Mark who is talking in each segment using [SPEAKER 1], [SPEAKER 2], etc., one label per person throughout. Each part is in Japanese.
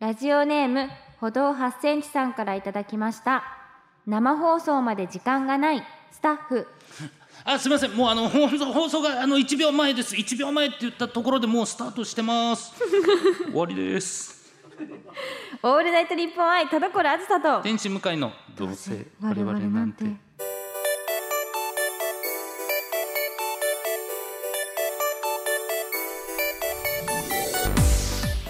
[SPEAKER 1] ラジオネーム歩道8センチさんからいただきました生放送まで時間がないスタッフ
[SPEAKER 2] あすみませんもうあの放送放送があの1秒前です1秒前って言ったところでもうスタートしてます 終わりです
[SPEAKER 1] オールナイト日本愛田所あずさと
[SPEAKER 2] 天使向かいのどうせ我々なんて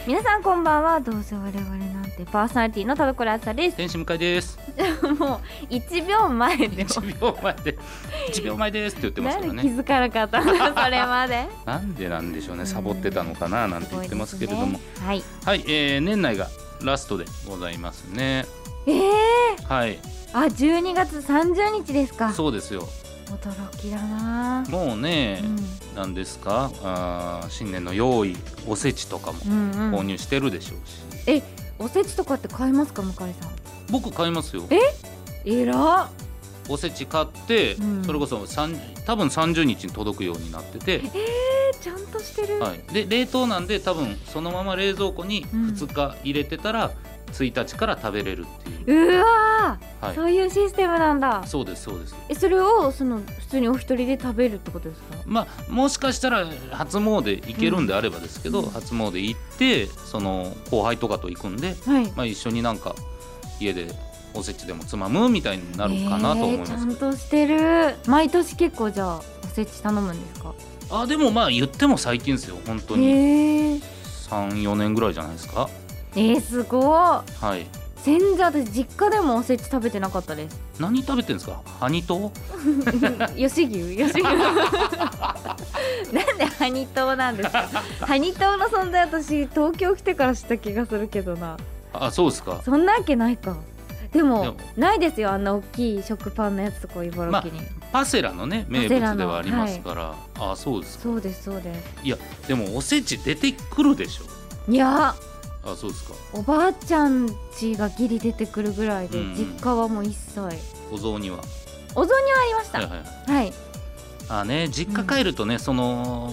[SPEAKER 1] 皆さんこんばんはどうせ我々なんてパーソナリティの田所あずさです
[SPEAKER 2] 天使向かいです
[SPEAKER 1] もう1秒前でも
[SPEAKER 2] 1秒前で1秒前ですって言ってます
[SPEAKER 1] な
[SPEAKER 2] から
[SPEAKER 1] んで気
[SPEAKER 2] ね
[SPEAKER 1] づかなかったんだそれま で
[SPEAKER 2] なんでなんでしょうねサボってたのかななんて言ってますけれど
[SPEAKER 1] すごい
[SPEAKER 2] も、
[SPEAKER 1] ですねはい
[SPEAKER 2] はい、えー、年内がラストでございますね
[SPEAKER 1] え
[SPEAKER 2] はい
[SPEAKER 1] ー、あ12月30日ですか
[SPEAKER 2] そうですよ
[SPEAKER 1] 驚きだな
[SPEAKER 2] もうね、
[SPEAKER 1] うん
[SPEAKER 2] なんですかあー新年の用意おせちとかも
[SPEAKER 1] うんう
[SPEAKER 2] 購
[SPEAKER 1] ん
[SPEAKER 2] 入してるでしょうし、
[SPEAKER 1] えおせちとかって買いますか向井さん
[SPEAKER 2] 僕買いますよ
[SPEAKER 1] ええら
[SPEAKER 2] おせち買って、
[SPEAKER 1] うん
[SPEAKER 2] それこそ30多分30日に届くようになってて、
[SPEAKER 1] えちゃんとしてる、
[SPEAKER 2] はい、で冷凍なんで多分そのまま冷蔵庫に
[SPEAKER 1] うん
[SPEAKER 2] 2日入れてたら、1日から食べれるってい
[SPEAKER 1] う
[SPEAKER 2] う、
[SPEAKER 1] わー、
[SPEAKER 2] はい、
[SPEAKER 1] そういうシステムなんだ
[SPEAKER 2] そうですそうです
[SPEAKER 1] えそれをその普通にお一人で食べるってことですか
[SPEAKER 2] まあもしかしたら初詣行けるんであればですけど、
[SPEAKER 1] うん
[SPEAKER 2] 初詣行ってその後輩とかと行くんで、
[SPEAKER 1] はい
[SPEAKER 2] まあ、一緒になんか家でおせちでもつまむみたいになるかなと思い
[SPEAKER 1] えー
[SPEAKER 2] ま
[SPEAKER 1] ち
[SPEAKER 2] す
[SPEAKER 1] ゃ
[SPEAKER 2] け
[SPEAKER 1] ん
[SPEAKER 2] ど、
[SPEAKER 1] としてる毎年結構じゃあおせち頼むんですか
[SPEAKER 2] あでもまあ言っても最近ですよ本当
[SPEAKER 1] え
[SPEAKER 2] に
[SPEAKER 1] ー、
[SPEAKER 2] 34年ぐらいじゃないですか
[SPEAKER 1] えー、すごい
[SPEAKER 2] はい
[SPEAKER 1] 全然私実家でもおせち食べてなかったです
[SPEAKER 2] 何食べてんですかハニト
[SPEAKER 1] 吉牛吉牛 なんでハニ島なんですかハニ島の存在私東京来てから知った気がするけどな
[SPEAKER 2] あそうですか
[SPEAKER 1] そんなわけないかでも
[SPEAKER 2] でも
[SPEAKER 1] ないですよあんな大きい食パンのやつとか茨城に、
[SPEAKER 2] パセラのね名
[SPEAKER 1] パセラ
[SPEAKER 2] 物
[SPEAKER 1] の
[SPEAKER 2] ではありますから、あそうです
[SPEAKER 1] そうですそうです
[SPEAKER 2] いやでもおせち出てくるでしょ
[SPEAKER 1] いや
[SPEAKER 2] あそうですか
[SPEAKER 1] おばあちゃんちがギリ出てくるぐらいで、
[SPEAKER 2] うん
[SPEAKER 1] 実家はもう一切
[SPEAKER 2] お雑煮は
[SPEAKER 1] お雑煮はありまし
[SPEAKER 2] はい
[SPEAKER 1] た
[SPEAKER 2] はい
[SPEAKER 1] はい、
[SPEAKER 2] あね実家帰るとね、その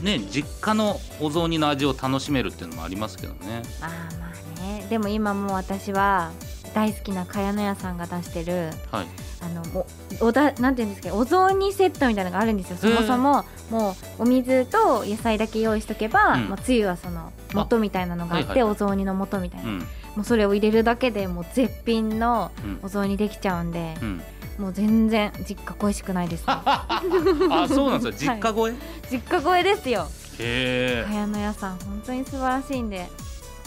[SPEAKER 2] ね実家のお雑煮の味を楽しめるっていうのもありますけどね
[SPEAKER 1] まあまあねでも今もう私は大好きな茅野屋さんが出してる
[SPEAKER 2] はい
[SPEAKER 1] あのもうおだなんていうんですかお雑煮セットみたいなのがあるんですよそもそも、もうお水と野菜だけ用意しとけば、
[SPEAKER 2] うん
[SPEAKER 1] まあ、つゆはその素みたいなのがあって
[SPEAKER 2] あはいはいはい
[SPEAKER 1] お雑煮の素みたいな、
[SPEAKER 2] うん
[SPEAKER 1] もうそれを入れるだけでもう絶品の
[SPEAKER 2] うん
[SPEAKER 1] お雑煮できちゃうんで
[SPEAKER 2] う、ん、
[SPEAKER 1] もう全然実家恋しくない です、ね、
[SPEAKER 2] あそうなんです よ
[SPEAKER 1] はい
[SPEAKER 2] 実家越え、へ
[SPEAKER 1] 実家超えですよ
[SPEAKER 2] え
[SPEAKER 1] 茅野屋さん本当に素晴らしいんで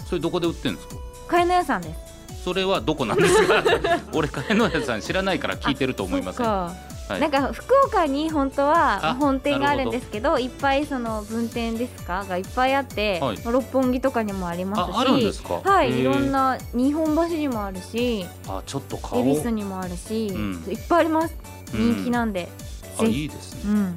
[SPEAKER 2] それどこで売ってるんですか
[SPEAKER 1] 茅野屋さんです
[SPEAKER 2] それはどこなんです か俺茅野屋さん知らないから聞いてると思いません
[SPEAKER 1] そっか
[SPEAKER 2] はい
[SPEAKER 1] なんか福岡に本当
[SPEAKER 2] あ
[SPEAKER 1] は本店があ
[SPEAKER 2] なる
[SPEAKER 1] る
[SPEAKER 2] ほ
[SPEAKER 1] ん
[SPEAKER 2] ど
[SPEAKER 1] ですけどいっぱいその分店ですかがいっぱいあって、
[SPEAKER 2] はい
[SPEAKER 1] 六本木とかにもありますし
[SPEAKER 2] ああるんですか
[SPEAKER 1] は
[SPEAKER 2] へ
[SPEAKER 1] い
[SPEAKER 2] ー
[SPEAKER 1] いろんな日本橋にもあるし
[SPEAKER 2] あちょっと顔
[SPEAKER 1] 恵比寿にもあるし、
[SPEAKER 2] うん
[SPEAKER 1] いっぱいあります人気なんで、
[SPEAKER 2] あ
[SPEAKER 1] ぜひ
[SPEAKER 2] いいです
[SPEAKER 1] う
[SPEAKER 2] ね、
[SPEAKER 1] ん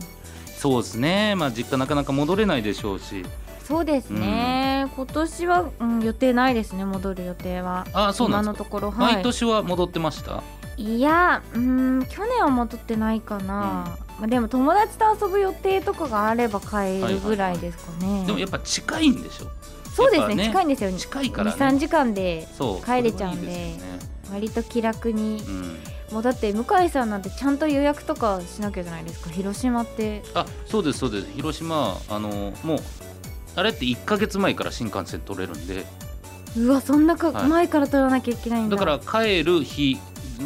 [SPEAKER 2] そうですねまあ実家なかなか戻れないでしょうし
[SPEAKER 1] そうですね、今年は、うん、予定ないですね戻る予定は
[SPEAKER 2] あそうな
[SPEAKER 1] 今
[SPEAKER 2] んで
[SPEAKER 1] の
[SPEAKER 2] すか
[SPEAKER 1] ところはい
[SPEAKER 2] 毎年は戻ってました
[SPEAKER 1] いやうーん去年は戻ってないかな、まあ、でも友達と遊ぶ予定とかがあれば帰るぐらいですかね、
[SPEAKER 2] でもやっぱ近いんでしょ
[SPEAKER 1] そうです
[SPEAKER 2] やっ
[SPEAKER 1] ね
[SPEAKER 2] ぱね
[SPEAKER 1] 近いんですよ
[SPEAKER 2] 近いからね
[SPEAKER 1] 23時間で
[SPEAKER 2] そう
[SPEAKER 1] 帰れちゃうんで
[SPEAKER 2] それはいいですよね
[SPEAKER 1] 割と気楽に、
[SPEAKER 2] うん、
[SPEAKER 1] もうだって向井さんなんてちゃんと予約とかしなきゃじゃないですか広島って
[SPEAKER 2] あそうですそうです広島あのもうあれって1か月前から新幹線取れるんで
[SPEAKER 1] うわそんなか、
[SPEAKER 2] はい
[SPEAKER 1] 前から取らなきゃいけないんだ
[SPEAKER 2] だから帰る日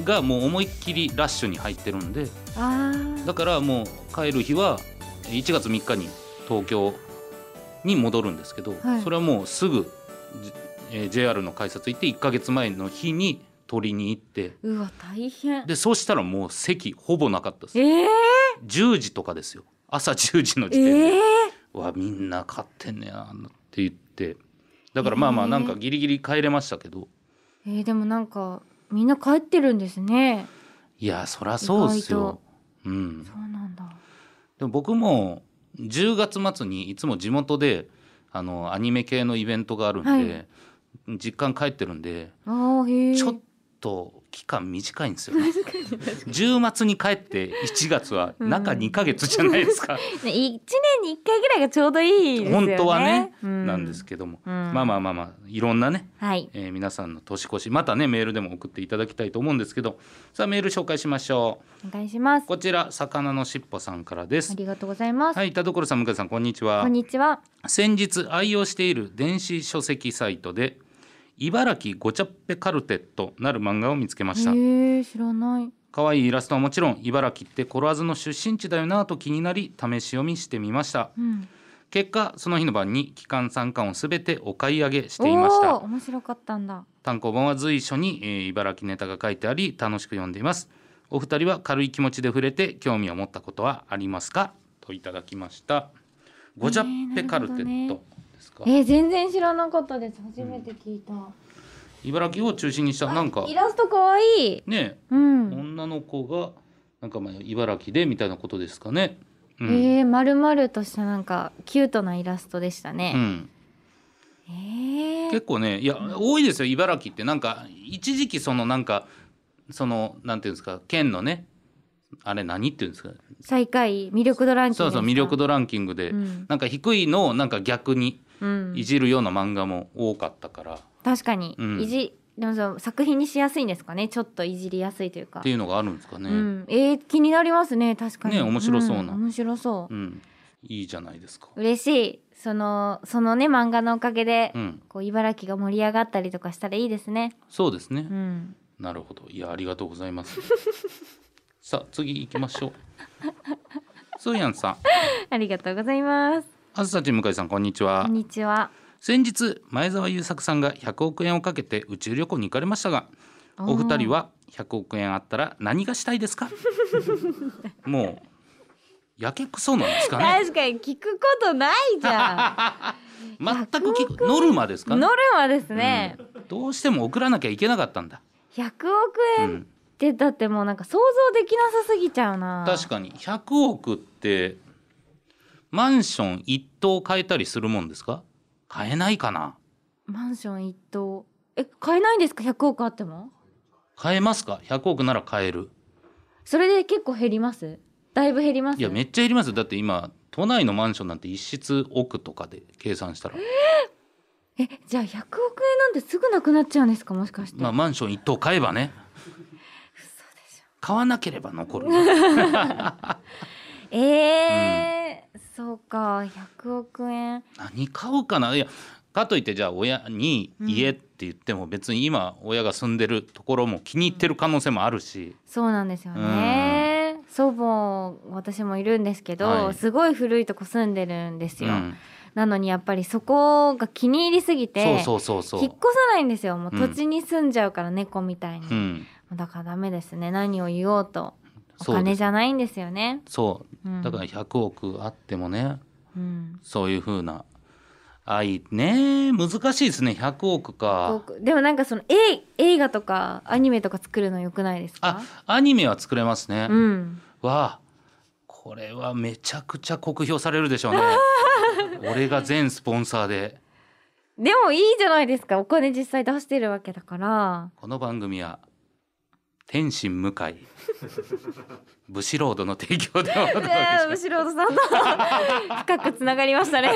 [SPEAKER 2] がもう思いっきりラッシュに入ってるんで
[SPEAKER 1] あ
[SPEAKER 2] だからもう帰る日は1月3日に東京に戻るんですけど、
[SPEAKER 1] はい
[SPEAKER 2] それはもうすぐ、じえー JR の改札行って1か月前の日に取りに行って
[SPEAKER 1] ーうわ大変
[SPEAKER 2] でそうしたらもう席ほぼなかったです
[SPEAKER 1] えー、
[SPEAKER 2] 10時とかですよ朝10時の
[SPEAKER 1] え
[SPEAKER 2] 時点で、
[SPEAKER 1] ー、
[SPEAKER 2] わみんな買ってんねやなって言ってだからまあまあ
[SPEAKER 1] えー
[SPEAKER 2] なんかギリギリ帰れましたけど、
[SPEAKER 1] えー、でもなんかみんな帰ってるんですね
[SPEAKER 2] いやそりゃそうっす
[SPEAKER 1] 意
[SPEAKER 2] よ、うん、
[SPEAKER 1] そうなんだ
[SPEAKER 2] でも僕も10月末にいつも地元であのアニメ系のイベントがあるんで、
[SPEAKER 1] は
[SPEAKER 2] 実家に帰ってるんで
[SPEAKER 1] あーへえ
[SPEAKER 2] ちょっと期間短いんですよ、ね、10月に帰って1月は中2か月じゃないですか、
[SPEAKER 1] ね一年に一回ぐらいがちょうどいいですよね
[SPEAKER 2] 本当はね、
[SPEAKER 1] うん
[SPEAKER 2] なんですけども、
[SPEAKER 1] うん
[SPEAKER 2] まあまあまあまあいろんなね、
[SPEAKER 1] はい
[SPEAKER 2] えー皆さんの年越しまたねメールでも送っていただきたいと思うんですけどさあメール紹介しましょ
[SPEAKER 1] お願いしま
[SPEAKER 2] う
[SPEAKER 1] す
[SPEAKER 2] こちら魚のしっぽさんからで
[SPEAKER 1] あ
[SPEAKER 2] す
[SPEAKER 1] りがとうございます、
[SPEAKER 2] はい田所さん向井さんこんにちは
[SPEAKER 1] こんにちは
[SPEAKER 2] 先日愛用している電子書籍サイトで茨城ごちゃっぺカルテットなる漫画を見つけま
[SPEAKER 1] え
[SPEAKER 2] した
[SPEAKER 1] ー、知らない
[SPEAKER 2] 可愛いイラストはもちろん茨城ってコロワーズの出身地だよなと気になり試し読みしてみました
[SPEAKER 1] うん
[SPEAKER 2] 結果その日の晩に期間3巻をすべてお買い上げしていまし
[SPEAKER 1] お
[SPEAKER 2] た
[SPEAKER 1] ー面白かったんだ
[SPEAKER 2] 単行本は随所に、えー茨城ネタが書いてあり楽しく読んでいますお二人は軽い気持ちで触れて興味を持ったことはありますかといただきましたごちゃっぺカルテットですか、
[SPEAKER 1] えー、全然知らなかったです初めて聞いた、
[SPEAKER 2] 茨城を中心にしたなんか
[SPEAKER 1] イラスト可愛い
[SPEAKER 2] ね
[SPEAKER 1] うん、
[SPEAKER 2] 女の子がなんかまあ茨城でみたいなことですかね、うん
[SPEAKER 1] えー、まるまるとしたなんかキュートなイラストでした
[SPEAKER 2] う
[SPEAKER 1] ね、
[SPEAKER 2] ん、
[SPEAKER 1] えー
[SPEAKER 2] 結構ねいや多いですよ茨城ってなんか一時期そのなんかそのなんていうんですか県のねあれ何っていうんですか
[SPEAKER 1] 最下位魅力度ランキング
[SPEAKER 2] そうそう魅力度ランキングで、
[SPEAKER 1] うん
[SPEAKER 2] なんか低いのをなんか逆に
[SPEAKER 1] 度、うん
[SPEAKER 2] いじるような漫画も多かったから、っ
[SPEAKER 1] 確かに、
[SPEAKER 2] うん
[SPEAKER 1] いじでもその作品にしやすいんですかねちょっといじりやすいというか
[SPEAKER 2] ていうのがあるんですかね、う
[SPEAKER 1] うんん、えー、気になりますね確かに
[SPEAKER 2] ね面白そうな
[SPEAKER 1] 面白そう、
[SPEAKER 2] いいじゃないですか。
[SPEAKER 1] 嬉しいそのそのね漫画のおかげで、
[SPEAKER 2] うん、
[SPEAKER 1] こう茨城が盛り上がったりとかしたらいいですね
[SPEAKER 2] そうですね、
[SPEAKER 1] うん
[SPEAKER 2] なるほどいやありがとうございますさあ次行きましょうスーヤンさん
[SPEAKER 1] ありがとうございます
[SPEAKER 2] あずさちん向井さんこんにちは
[SPEAKER 1] こんにちは
[SPEAKER 2] 先日前澤友作さんが100億円をかけて宇宙旅行に行かれましたがお二人は100億円あったら何がしたいですかもうやけくそなんですかね
[SPEAKER 1] 確かに聞くことないじゃん
[SPEAKER 2] 全く聞くノルマですか
[SPEAKER 1] ノ
[SPEAKER 2] ね
[SPEAKER 1] ルマですね、
[SPEAKER 2] うんどうしても送らなきゃいけなかったんだ、
[SPEAKER 1] 100億
[SPEAKER 2] う
[SPEAKER 1] 円っ
[SPEAKER 2] ん、
[SPEAKER 1] てだってもうなんか想像できなさすぎちゃうな
[SPEAKER 2] 確かに100億ってマンション一棟買えたりするもんですか買えないかな
[SPEAKER 1] マンション一棟え買えないんですか100億あっても
[SPEAKER 2] 買えますか100億なら買える
[SPEAKER 1] それで結構減りますだいぶ減ります
[SPEAKER 2] いやめっちゃいりますよだって今都内のマンションなんて一室億とかで計算したら、
[SPEAKER 1] えじゃあ100億円なんてすぐなくなっちゃうんですかもしかして、
[SPEAKER 2] まあ、マンション一棟買えばね買わなければ残る
[SPEAKER 1] えーそうか100億円
[SPEAKER 2] 何買おうかないやかといってじゃあ親に家って言っても別に今親が住んでるところも気に入ってる可能性もあるし、
[SPEAKER 1] そうなんですよね祖母私もいるんですけど、
[SPEAKER 2] はい
[SPEAKER 1] すごい古いとこ住んでるんです
[SPEAKER 2] う
[SPEAKER 1] よ、
[SPEAKER 2] ん、
[SPEAKER 1] なのにやっぱりそこが気に入りすぎて
[SPEAKER 2] そうそうそうそう
[SPEAKER 1] 引っ越さないんですよもう土地に住んじゃうから、猫みたいに、
[SPEAKER 2] うん、
[SPEAKER 1] だからダメですね何を言おうとお
[SPEAKER 2] そうで
[SPEAKER 1] 金
[SPEAKER 2] す
[SPEAKER 1] じゃないんですよね
[SPEAKER 2] そううんだから100億あってもね
[SPEAKER 1] うん
[SPEAKER 2] そういうふうな愛ね難しいですね100億か
[SPEAKER 1] 僕でもなんかそのえ映画とかアニメとか作るのよくないですか
[SPEAKER 2] あアニメは作れますね、
[SPEAKER 1] うん
[SPEAKER 2] わあこれはめちゃくちゃ酷評されるでしょ うね俺が全スポンサーで
[SPEAKER 1] でもいいじゃないですかお金実際出してるわけだから
[SPEAKER 2] この番組は天心向井ブシロードの提供でお届け し
[SPEAKER 1] ねえ
[SPEAKER 2] ます
[SPEAKER 1] 後ろ戸さんと 深くつながりましたね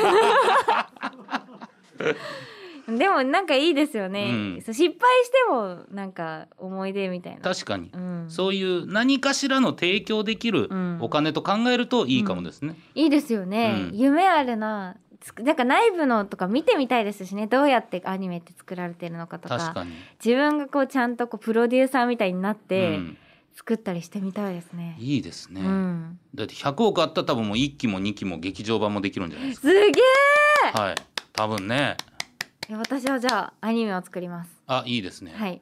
[SPEAKER 1] でもなんかいいですよね、
[SPEAKER 2] うん
[SPEAKER 1] そう失敗してもなんか思い出みたいな
[SPEAKER 2] 確かに
[SPEAKER 1] うん、
[SPEAKER 2] そういう何かしらの提供できる
[SPEAKER 1] うん
[SPEAKER 2] お金と考えるといいかもですね、
[SPEAKER 1] いいですよね、
[SPEAKER 2] うん
[SPEAKER 1] 夢あるなつくなんか内部のとか見てみたいですしねどうやってアニメって作られてるのかとか
[SPEAKER 2] 確かに、
[SPEAKER 1] 自分がこうちゃんとこうプロデューサーみたいになっ
[SPEAKER 2] う
[SPEAKER 1] て
[SPEAKER 2] ん、
[SPEAKER 1] 作ったりしてみたいですね。
[SPEAKER 2] いいですね、
[SPEAKER 1] うん、
[SPEAKER 2] だって100億あったら多分もう1期も2期も劇場版もできるんじゃないです
[SPEAKER 1] すげえ
[SPEAKER 2] かはい多分ね
[SPEAKER 1] いや私はじゃあアニメを作ります。
[SPEAKER 2] あいいですね、
[SPEAKER 1] はい。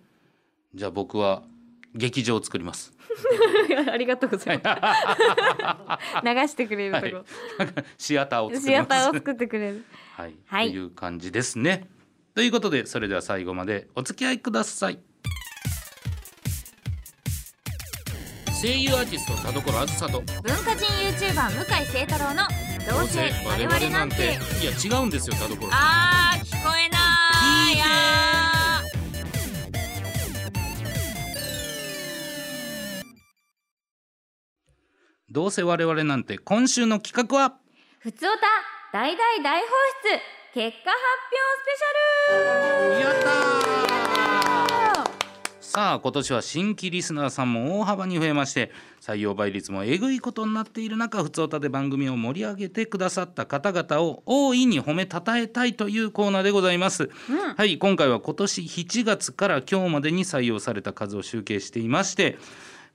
[SPEAKER 2] じゃあ僕は劇場を作ります
[SPEAKER 1] ありがとうございます。 流してくれるとこ、
[SPEAKER 2] シアターを作
[SPEAKER 1] シ
[SPEAKER 2] り
[SPEAKER 1] アタ
[SPEAKER 2] ます
[SPEAKER 1] ーを。作ってくれる。
[SPEAKER 2] はい、
[SPEAKER 1] はい
[SPEAKER 2] という感じですね。ということでそれでは最後までお付き合いください。声優アーティスト田所あずさと
[SPEAKER 1] 文化人 YouTuber 向井聖太郎のど
[SPEAKER 2] いや違うんですよ田所
[SPEAKER 1] あー聞こえな
[SPEAKER 2] ーいいねどうせ我々なんて今週の企画は
[SPEAKER 3] ふつおた大大大放出結果発表スペシャル
[SPEAKER 2] やったーさあ今年は新規リスナーさんも大幅に増えまして採用倍率もえぐいことになっている中ふつおたで番組を盛り上げてくださった方々を大いに褒めたたえたいというコーナーでございます、はい今回は今年7月から今日までに採用された数を集計していまして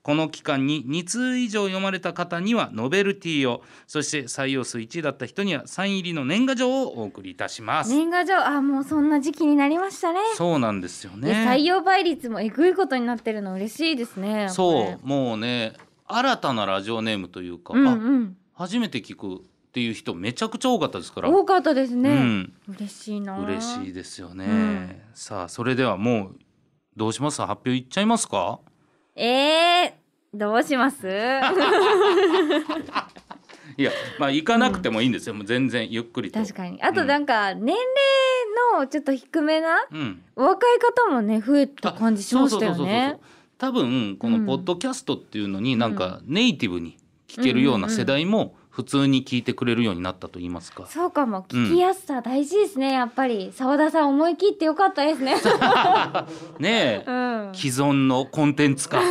[SPEAKER 2] この期間に2通以上読まれた方にはノベルティをそして採用数1位だった人にはサイン入りの年賀状をお送りいたします、
[SPEAKER 1] 年賀状あもうそんな時期になりましたね
[SPEAKER 2] そうなんですよ
[SPEAKER 1] で
[SPEAKER 2] ね
[SPEAKER 1] 採用倍率もえぐいことになってるの嬉しいですね
[SPEAKER 2] そ
[SPEAKER 1] こ
[SPEAKER 2] うもうね新たなラジオネームというか、
[SPEAKER 1] れうんう
[SPEAKER 2] あ
[SPEAKER 1] ん
[SPEAKER 2] 初めて聞くっていう人めちゃくちゃ多かったですから、
[SPEAKER 1] 多かったです
[SPEAKER 2] う
[SPEAKER 1] ね、
[SPEAKER 2] ん、
[SPEAKER 1] 嬉しいな
[SPEAKER 2] 嬉しいですよね、
[SPEAKER 1] うん
[SPEAKER 2] さあそれではもうどうします発表いっちゃいますか
[SPEAKER 3] えー、どうし ます
[SPEAKER 2] いやまあ行かなくてもいいんですよ、もう全然ゆっくりと
[SPEAKER 1] 確かにあとなんか年齢のちょっと低めな
[SPEAKER 2] うん
[SPEAKER 1] お若い方もね増えた感じしましたよ
[SPEAKER 2] そうそうそうそうそ
[SPEAKER 1] ね
[SPEAKER 2] う多分このポッドキャストっていうのになんかネイティブに聞けるような世代も普通に聞いてくれるようになったと言いますか、
[SPEAKER 1] そうかも
[SPEAKER 2] うん
[SPEAKER 1] 聞きやすさ大事ですね、やっぱり澤田さん思い切ってよかったですね
[SPEAKER 2] ねえ
[SPEAKER 1] うん
[SPEAKER 2] 既存のコンテンツか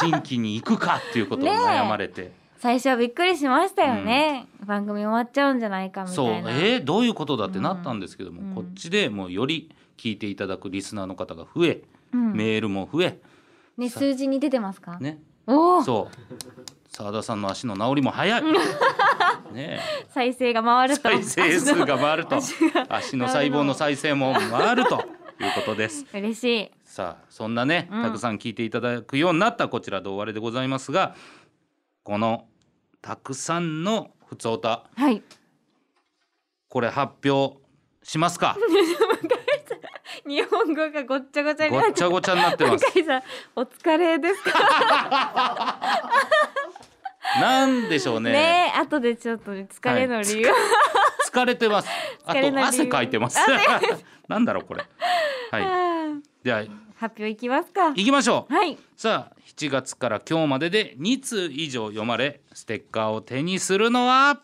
[SPEAKER 2] 新規に行くかっていうことに
[SPEAKER 1] ねえ
[SPEAKER 2] 悩まれて、
[SPEAKER 1] 最初はびっくりしましたよね、番組終わっちゃうんじゃないかみ
[SPEAKER 2] そう
[SPEAKER 1] た
[SPEAKER 2] え
[SPEAKER 1] いな
[SPEAKER 2] ーどういうことだってなったんですけども、
[SPEAKER 1] うん
[SPEAKER 2] こっちでもうより聞いていただくリスナーの方が増え、
[SPEAKER 1] うん
[SPEAKER 2] メールも増え、
[SPEAKER 1] ね数字に出てますか、
[SPEAKER 2] ね、
[SPEAKER 1] おお
[SPEAKER 2] そう澤田さんの足の治りも早い。 ねえ、
[SPEAKER 1] 再生が回ると
[SPEAKER 2] 再生数が回ると足の細胞の再生も回るということです。
[SPEAKER 1] 嬉しい
[SPEAKER 2] さあそんなね、
[SPEAKER 1] うん
[SPEAKER 2] たくさん聞いていただくようになったこちらで終わりでございますがこのたくさんのふつおた
[SPEAKER 1] はい
[SPEAKER 2] これ発表しま すか
[SPEAKER 1] 日本語がごっちゃごちゃに
[SPEAKER 2] ご
[SPEAKER 1] なっ
[SPEAKER 2] っ
[SPEAKER 1] ち
[SPEAKER 2] ち
[SPEAKER 1] ゃ
[SPEAKER 2] ゃごちゃになっ てます
[SPEAKER 1] 向井さんお疲れですか
[SPEAKER 2] なんでしょうね
[SPEAKER 1] ねえ後でちょっと疲れの理由、
[SPEAKER 2] 疲れてます あ
[SPEAKER 1] 疲れ
[SPEAKER 2] と
[SPEAKER 1] ない理由
[SPEAKER 2] 汗かいてます なんだろうこれはいでは
[SPEAKER 1] 発表いきますか
[SPEAKER 2] 行きましょう
[SPEAKER 1] はい
[SPEAKER 2] さあ7月から今日までで2通以上読まれステッカーを手にするのは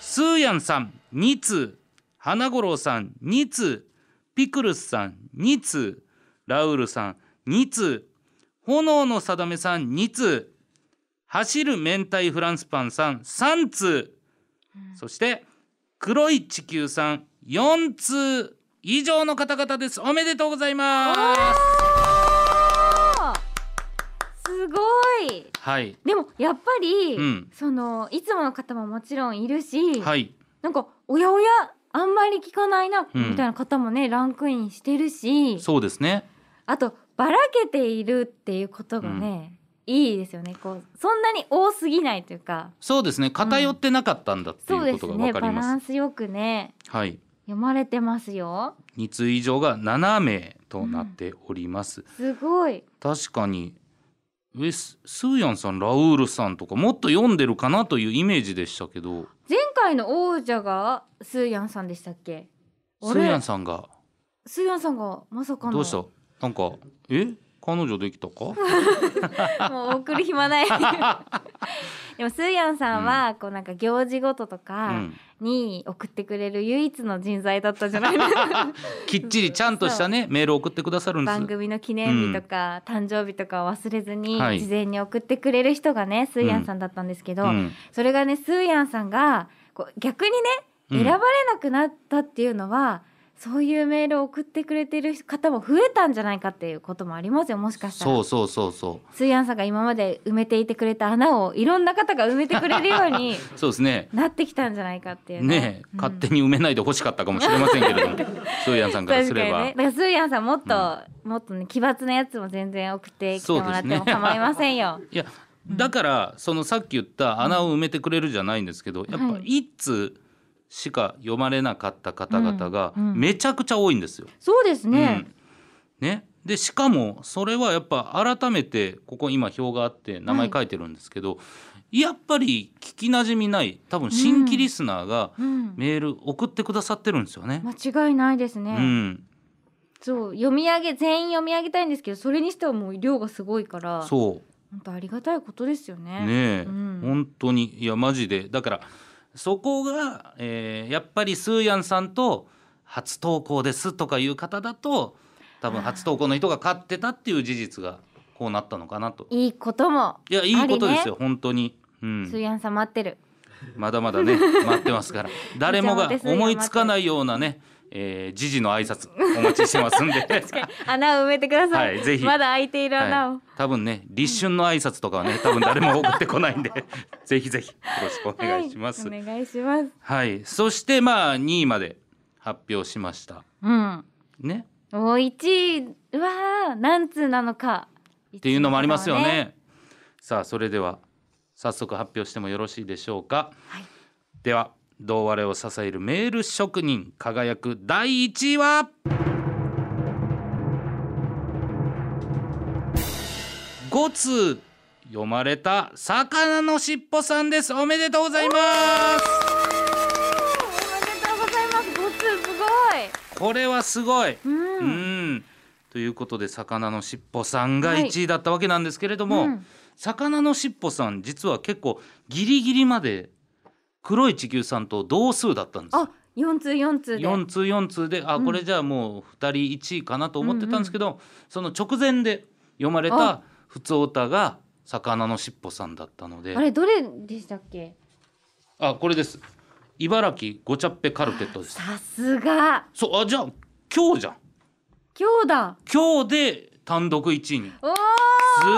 [SPEAKER 2] スーヤンさん2通花五郎さん2通ピクルスさん2通ラウルさん2通炎の定めさん2通走る明太フランスパンさん3通そして黒い地球さん4通以上の方々ですおめでとうございます
[SPEAKER 1] すごい
[SPEAKER 2] はい
[SPEAKER 1] でもやっぱり、
[SPEAKER 2] うん
[SPEAKER 1] そのいつもの方ももちろんいるし、
[SPEAKER 2] はい
[SPEAKER 1] なんかおやおやあんまり聞かないな、
[SPEAKER 2] うん
[SPEAKER 1] みたいな方もねランクインしてるし
[SPEAKER 2] そうですね
[SPEAKER 1] あとばらけているっていうことがね、いいですよねこうそんなに多すぎないというか
[SPEAKER 2] そうですね偏ってなかったんだってい
[SPEAKER 1] そう
[SPEAKER 2] う
[SPEAKER 1] で
[SPEAKER 2] こ
[SPEAKER 1] す
[SPEAKER 2] とが
[SPEAKER 1] ね
[SPEAKER 2] 分か
[SPEAKER 1] バ
[SPEAKER 2] ります,、
[SPEAKER 1] ランスよくね
[SPEAKER 2] はい
[SPEAKER 1] 読まれてますよ
[SPEAKER 2] 2通以上が7名となっております、
[SPEAKER 1] すごい
[SPEAKER 2] 確かにえススーヤンさんラウールさんとかもっと読んでるかなというイメージでしたけど
[SPEAKER 1] 前回の王者がスーヤンさんでしたっけ
[SPEAKER 2] ス
[SPEAKER 1] あ
[SPEAKER 2] ーヤ
[SPEAKER 1] れ
[SPEAKER 2] ンさんが
[SPEAKER 1] スーヤンさんがまさかの
[SPEAKER 2] どうしたなんかえ彼女できたか
[SPEAKER 1] もう送る暇 ないでもスーヤンさんはこうなんか行事ごとと
[SPEAKER 2] う
[SPEAKER 1] か
[SPEAKER 2] ん
[SPEAKER 1] に送ってくれる唯一の人材だったじゃないです か
[SPEAKER 2] きっちりちゃんとしたねメールを送ってくださるんです
[SPEAKER 1] 番組の記念日とか誕生日とかを忘れずに
[SPEAKER 2] はい
[SPEAKER 1] 事前に送ってくれる人がねスーヤンさんだったんですけど、
[SPEAKER 2] うん
[SPEAKER 1] それがねスーヤンさんがこう逆にね
[SPEAKER 2] うん
[SPEAKER 1] 選ばれなくなったっていうのは、そういうメールを送ってくれてる方も増えたんじゃないかっていうこともありますよもしかしたら。
[SPEAKER 2] そうそうそうそ
[SPEAKER 1] スーヤンさんが今まで埋めていてくれた穴をいろんな方が埋めてくれるよう に
[SPEAKER 2] うそうですね
[SPEAKER 1] なってきたんじゃないかっていう
[SPEAKER 2] ねえ、
[SPEAKER 1] うん
[SPEAKER 2] 勝手に埋めないで欲しかったかもしれませんけ れどもスーヤンさんからす
[SPEAKER 1] 確かに
[SPEAKER 2] れば、
[SPEAKER 1] ねだからスーヤンさんもっと、もっとね奇抜なやつも全然送ってきてもらって
[SPEAKER 2] そ
[SPEAKER 1] も
[SPEAKER 2] うですね
[SPEAKER 1] 構いませんよ
[SPEAKER 2] いやだからそのさっき言った穴を埋めてくれるじゃないんですけどやっぱ
[SPEAKER 1] はい
[SPEAKER 2] 一通しか読まれなかった方々が
[SPEAKER 1] うんうん
[SPEAKER 2] めちゃくちゃ多いんですよ。
[SPEAKER 1] そうです
[SPEAKER 2] うん
[SPEAKER 1] ね、
[SPEAKER 2] ね、でしかもそれはやっぱ改めてここ今表があって名前書いてるんですけど、やっぱり聞きなじみない多分新規リスナーが
[SPEAKER 1] うん
[SPEAKER 2] メール送ってくださってるんですよね。
[SPEAKER 1] 間違いないですね、
[SPEAKER 2] うん、
[SPEAKER 1] そう読み上げ全員読み上げたいんですけどそれにしてはもう量がすごいから本
[SPEAKER 2] そう
[SPEAKER 1] 当ありがたいことですよね。
[SPEAKER 2] ねえ、
[SPEAKER 1] うん
[SPEAKER 2] 本当にいやマジでだからそこが、えーやっぱりスーヤンさんと初投稿ですとかいう方だと多分初投稿の人が勝ってたっていう事実がこうなったのかなと
[SPEAKER 1] いいことも
[SPEAKER 2] いやいいことですよ、本当に、う、
[SPEAKER 1] すうんやんさん待ってる。
[SPEAKER 2] まだまだね待ってま すから誰もが
[SPEAKER 1] じゃあ私
[SPEAKER 2] 思いつかないようなね、えー、時事の挨拶お待ちしてますん で
[SPEAKER 1] 穴を埋めてください。
[SPEAKER 2] はいぜひ
[SPEAKER 1] まだ開いている穴を。
[SPEAKER 2] はい、多分ね立春の挨拶とかはね多分誰も送ってこないんでぜひぜひよろしくお願いします。
[SPEAKER 1] お願いします。
[SPEAKER 2] はい、そしてまあ2位まで発表しました。
[SPEAKER 1] うん。
[SPEAKER 2] ね、
[SPEAKER 1] お一位は何通なのか。っ
[SPEAKER 2] っていうのもありますよね。。さあそれでは早速発表してもよろしいでしょうか。
[SPEAKER 1] はい
[SPEAKER 2] では同我れを支えるメール職人輝く第1位は5通読まれた魚のしっぽさんですおめでとうございます
[SPEAKER 1] おめでとうございます。ごつす
[SPEAKER 2] これはすごい
[SPEAKER 1] ごい。う。
[SPEAKER 2] うんん、ということで魚のしっぽさんが
[SPEAKER 1] はい
[SPEAKER 2] 1位だったわけなんですけれども、
[SPEAKER 1] うん
[SPEAKER 2] 魚のしっぽさん実は結構ギリギリまで黒い地球さんと同数だったんですよ
[SPEAKER 1] あ、四通四通で。
[SPEAKER 2] 4通4通であ
[SPEAKER 1] うん
[SPEAKER 2] これじゃあもう2人1位かなと思ってたんですけど、その直前で読まれた「ふつおた」が魚のしっぽさんだったので
[SPEAKER 1] あれどれでしたっけ？
[SPEAKER 2] あこれです茨城ごちゃっぺカルテットです
[SPEAKER 1] さすが
[SPEAKER 2] そうあじゃあ今日じゃん
[SPEAKER 1] 今日だ。
[SPEAKER 2] 今日で単独1位に
[SPEAKER 1] おお。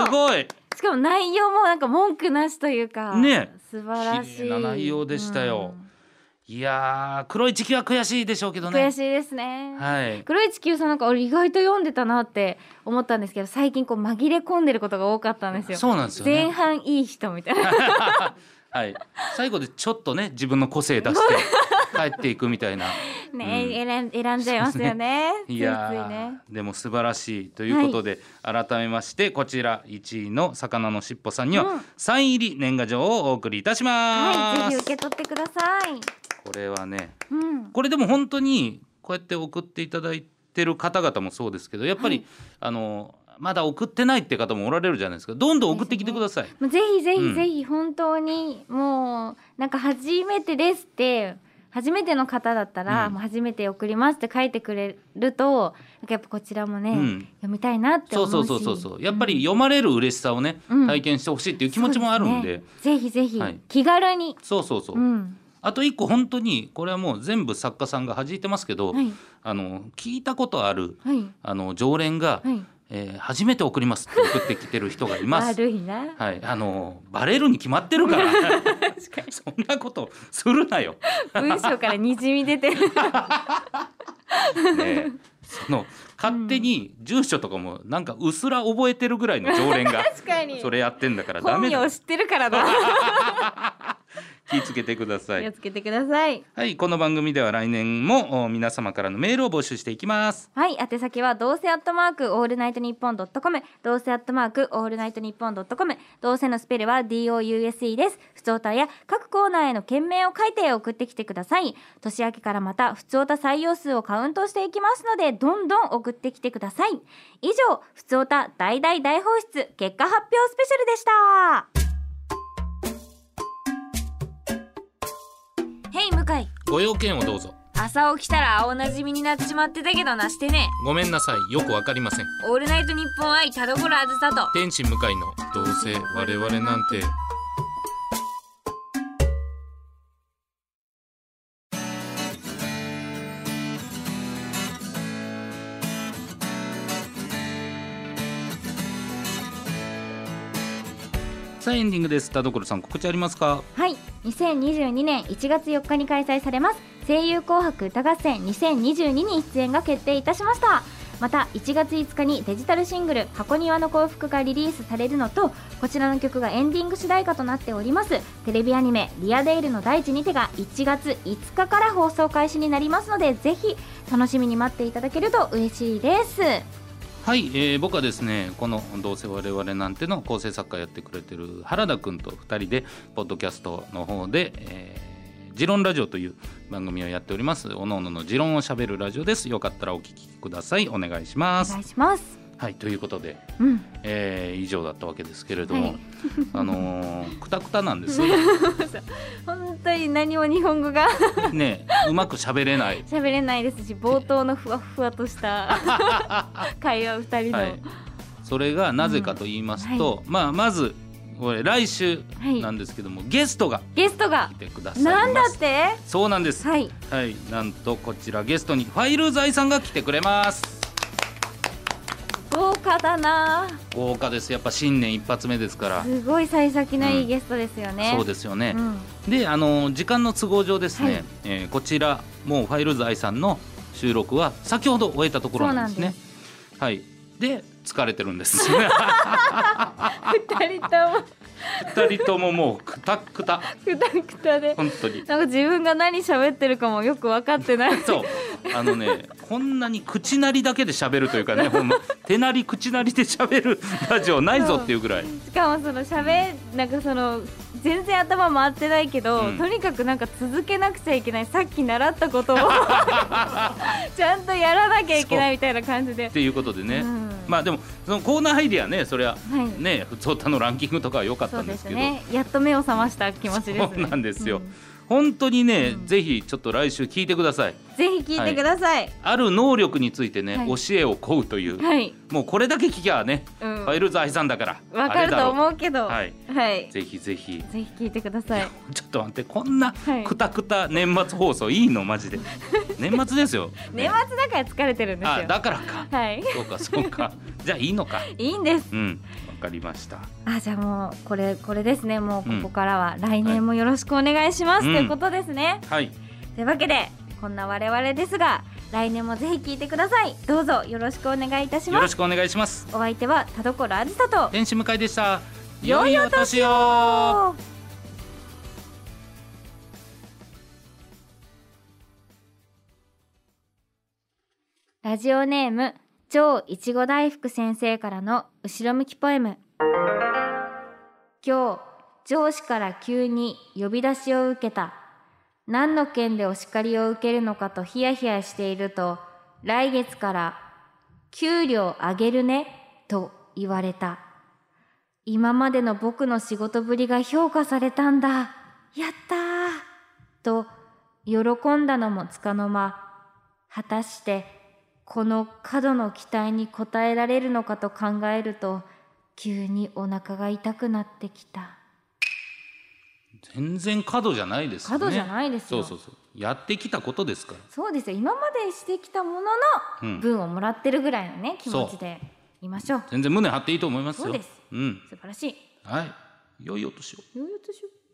[SPEAKER 2] すごい
[SPEAKER 1] しかも内容もなんか文句なしというか。
[SPEAKER 2] ねえ
[SPEAKER 1] 素晴らしい。
[SPEAKER 2] 綺麗な内容でしたよいやー黒い時期は悔しいでしょうけ
[SPEAKER 1] うん。
[SPEAKER 2] どね。
[SPEAKER 1] 悔しいですね。
[SPEAKER 2] はい。
[SPEAKER 1] 黒い地球さんなんか俺意外と読んでたなって思ったんですけど最近こう紛れ込んでることが多かったんですよ。
[SPEAKER 2] そうなんですよ
[SPEAKER 1] 前
[SPEAKER 2] ね。
[SPEAKER 1] 半いい人みたいな
[SPEAKER 2] はい。最後でちょっとね自分の個性出して 帰っていくみたいな。
[SPEAKER 1] ね、
[SPEAKER 2] うん
[SPEAKER 1] 選ん選んじゃいますよね。つい
[SPEAKER 2] い
[SPEAKER 1] つい
[SPEAKER 2] やー
[SPEAKER 1] ね。
[SPEAKER 2] でも素晴らしいということで、改めましてこちら1位の魚のしっぽさんに
[SPEAKER 1] う
[SPEAKER 2] は
[SPEAKER 1] ん
[SPEAKER 2] サイン入り年賀状をお送りいたします。
[SPEAKER 1] はいぜひ受け取ってください。
[SPEAKER 2] これはね、
[SPEAKER 1] うん。
[SPEAKER 2] これでも本当にこうやって送っていただいてる方々もそうですけど、やっぱり、
[SPEAKER 1] はい
[SPEAKER 2] あのまだ送ってないって方もおられるじゃないですか。どんどん送ってきてください。
[SPEAKER 1] もうぜひぜ
[SPEAKER 2] う
[SPEAKER 1] ひ
[SPEAKER 2] ん
[SPEAKER 1] ぜひ本当にもうなんか初めてですって初めての方だったら、
[SPEAKER 2] うん
[SPEAKER 1] もう初めて送りますって書いてくれるとなんかやっぱこちらもね、
[SPEAKER 2] うん
[SPEAKER 1] 読みたいなって
[SPEAKER 2] そ
[SPEAKER 1] 思
[SPEAKER 2] う
[SPEAKER 1] うし
[SPEAKER 2] そうそうそうそうやっぱり読まれる嬉しさをね、
[SPEAKER 1] うん
[SPEAKER 2] 体験してほしいっていう気持ちもあるんで
[SPEAKER 1] そうすねぜひぜひ、
[SPEAKER 2] はい
[SPEAKER 1] 気軽に
[SPEAKER 2] そうそうそう、
[SPEAKER 1] うん
[SPEAKER 2] あと一個本当にこれはもう全部作家さんが弾いてますけど、
[SPEAKER 1] はい
[SPEAKER 2] あの聞いたことある
[SPEAKER 1] はい
[SPEAKER 2] あの常連が、
[SPEAKER 1] はい
[SPEAKER 2] えー初めて送ります」って送ってきてる人がいます。
[SPEAKER 1] 悪いな
[SPEAKER 2] はい、あのバレるに決まって るからそんなことするなよ。
[SPEAKER 1] 文章からにじみ出てる
[SPEAKER 2] ねえその勝手に住所とかもなんかうすら覚えてるぐらいの常連が
[SPEAKER 1] 確かに
[SPEAKER 2] それやってんだからダ
[SPEAKER 1] 本
[SPEAKER 2] メだ
[SPEAKER 1] 名
[SPEAKER 2] よ
[SPEAKER 1] 知ってるからだ
[SPEAKER 2] 気ぃつけてください
[SPEAKER 1] 気を。つけてください
[SPEAKER 2] はい、この番組では来年もお皆様からのメールを募集していきます。
[SPEAKER 1] はい、宛先はどうせアットマークオールナイトニッポンドットコム、どうせアットマークオールナイトニッポンドットコム、どうせのスペルは DOUSE です。ふつおたや各コーナーへの件名を書いて送ってきてください。年明けからまたふつおた採用数をカウントしていきますので、どんどん送ってきてください。以上、ふつおた大大大放出結果発表スペシャルでした。ヘイ向井
[SPEAKER 2] ご用件をどうぞ。
[SPEAKER 1] 朝起きたら青なじみになっちまってたけどなしてね
[SPEAKER 2] ごめんなさい、よくわかりません。
[SPEAKER 1] オールナイトニッポン愛田所あずさと
[SPEAKER 2] 天使向かいのどうせ我々なんて。さあエンディングです。田所さん告知ありますか。
[SPEAKER 1] はい2022年1月4日に開催されます声優紅白歌合戦2022に出演が決定いたしましたまた1月5日にデジタルシングル「箱庭の幸福」がリリースされるのとこちらの曲がエンディング主題歌となっておりますテレビアニメ「リアデイルの第一にて」が1月5日から放送開始になりますのでぜひ楽しみに待っていただけると嬉しいです
[SPEAKER 2] はい、えー僕はですねこの「どうせ我々なんて」の構成作家やってくれてる原田くんと2人でポッドキャストの方で、えージロンラジオという番組をやっておりますおのおののジロンをしゃべるラジオですよかったらお聞きくださいお願いしま
[SPEAKER 1] お
[SPEAKER 2] す
[SPEAKER 1] 願いします
[SPEAKER 2] はいということで、
[SPEAKER 1] うん
[SPEAKER 2] えー以上だったわけですけれども、
[SPEAKER 1] はい
[SPEAKER 2] あのー、くたくたなんです
[SPEAKER 1] 本当に何も日本語が
[SPEAKER 2] ねうまく喋れない
[SPEAKER 1] 喋れないですし冒頭のふわふわとした 会話二人の、
[SPEAKER 2] はい、それがなぜかと言いますと、まあ、まずこれ来週なんですけども、ゲストが
[SPEAKER 1] ゲストが
[SPEAKER 2] 来てくださいます
[SPEAKER 1] なんだって
[SPEAKER 2] そうなんです、
[SPEAKER 1] はい
[SPEAKER 2] はい、なんとこちらゲストにファイル財産が来てくれます
[SPEAKER 1] 豪華だな
[SPEAKER 2] 豪華ですやっぱ新年一発目ですから、
[SPEAKER 1] すごい幸先のいいゲストですよね、
[SPEAKER 2] そうですよね
[SPEAKER 1] う、ん
[SPEAKER 2] であの時間の都合上ですね、
[SPEAKER 1] はい
[SPEAKER 2] えーこちらもうファイル財産の収録は先ほど終えたところなんですねはいで疲れてるんです
[SPEAKER 1] 二人とも
[SPEAKER 2] 二人とももうくたくた
[SPEAKER 1] くたくたで
[SPEAKER 2] 本当に
[SPEAKER 1] なんか自分が何喋ってるかもよく分かってない
[SPEAKER 2] そうあのねこんなに口なりだけで喋るというかねほんま手なり口なりで喋るラジオないぞっていうぐらい
[SPEAKER 1] しかもその喋なんかその全然頭回ってないけど、
[SPEAKER 2] うん
[SPEAKER 1] とにかくなんか続けなくちゃいけないさっき習ったこと をちゃんとやらなきゃいけないみたいな感じで
[SPEAKER 2] っ、ていうことでね、
[SPEAKER 1] うん
[SPEAKER 2] まあでもそのコーナーアイディアねそれは
[SPEAKER 1] はい、
[SPEAKER 2] ね普通歌のランキングとかは良かっ
[SPEAKER 1] そ
[SPEAKER 2] た
[SPEAKER 1] うんで
[SPEAKER 2] です
[SPEAKER 1] す
[SPEAKER 2] けど
[SPEAKER 1] ねやっと目を覚ました気持ちです、ね、
[SPEAKER 2] そうなんですよ
[SPEAKER 1] うん
[SPEAKER 2] 本当にね、
[SPEAKER 1] うん
[SPEAKER 2] ぜひちょっと来週聞いてください
[SPEAKER 1] ぜひ聞いてください
[SPEAKER 2] ある能力についてね、
[SPEAKER 1] はい
[SPEAKER 2] 教えを請うという、
[SPEAKER 1] はい、
[SPEAKER 2] もうこれだけ聞きゃあね、
[SPEAKER 1] うん
[SPEAKER 2] ファイル財産だから
[SPEAKER 1] わかると
[SPEAKER 2] う
[SPEAKER 1] 思うけど
[SPEAKER 2] はい
[SPEAKER 1] はい、ぜ
[SPEAKER 2] ぜひぜひ
[SPEAKER 1] ひ聞いてください
[SPEAKER 2] ちょっと待ってこんな
[SPEAKER 1] はい
[SPEAKER 2] くたくた年末放送いいの マジで年末ですよ、
[SPEAKER 1] 年末だから疲れてるんです
[SPEAKER 2] あ
[SPEAKER 1] よ
[SPEAKER 2] だからか
[SPEAKER 1] はい
[SPEAKER 2] そうかそうかじゃあいいのか
[SPEAKER 1] いいんです
[SPEAKER 2] うんわかりました
[SPEAKER 1] あじゃあもうこれこれですねもう
[SPEAKER 2] うん
[SPEAKER 1] ここからは来年もよろしくお願いします、
[SPEAKER 2] うん
[SPEAKER 1] ということですね、
[SPEAKER 2] はい
[SPEAKER 1] というわけでこんな我々ですが来年もぜひ聞いてくださいどうぞよろしくお願いいたし
[SPEAKER 2] よろ
[SPEAKER 1] ます
[SPEAKER 2] しくお願いします
[SPEAKER 1] お相手は田所あずさと
[SPEAKER 2] 天使向井でした
[SPEAKER 1] 良いお
[SPEAKER 2] 年を
[SPEAKER 1] ラジオネーム超いちご大福先生からの後ろ向きポエム今日上司から急に呼び出しを受けた何の件でお叱りを受けるのかとヒヤヒヤしていると来月から給料上げるねと言われた今までの僕の仕事ぶりが評価されたんだやったーと喜んだのもつかの間果たしてこの過度の期待に応えられるのかと考えると急にお腹が痛くなってきた
[SPEAKER 2] 全然過度じゃないですよね
[SPEAKER 1] 過度じゃないですよ
[SPEAKER 2] そうそうそうやってきたことですから
[SPEAKER 1] そうですよ今までしてきたもの
[SPEAKER 2] う
[SPEAKER 1] の
[SPEAKER 2] ん
[SPEAKER 1] 分をもらってるぐらいのね気持
[SPEAKER 2] そ
[SPEAKER 1] ち
[SPEAKER 2] う
[SPEAKER 1] でいましょう
[SPEAKER 2] 全然胸張っていいと思いますよ
[SPEAKER 1] そうです
[SPEAKER 2] うん
[SPEAKER 1] 素晴らしい
[SPEAKER 2] はい良いお年を
[SPEAKER 1] よいよとしよう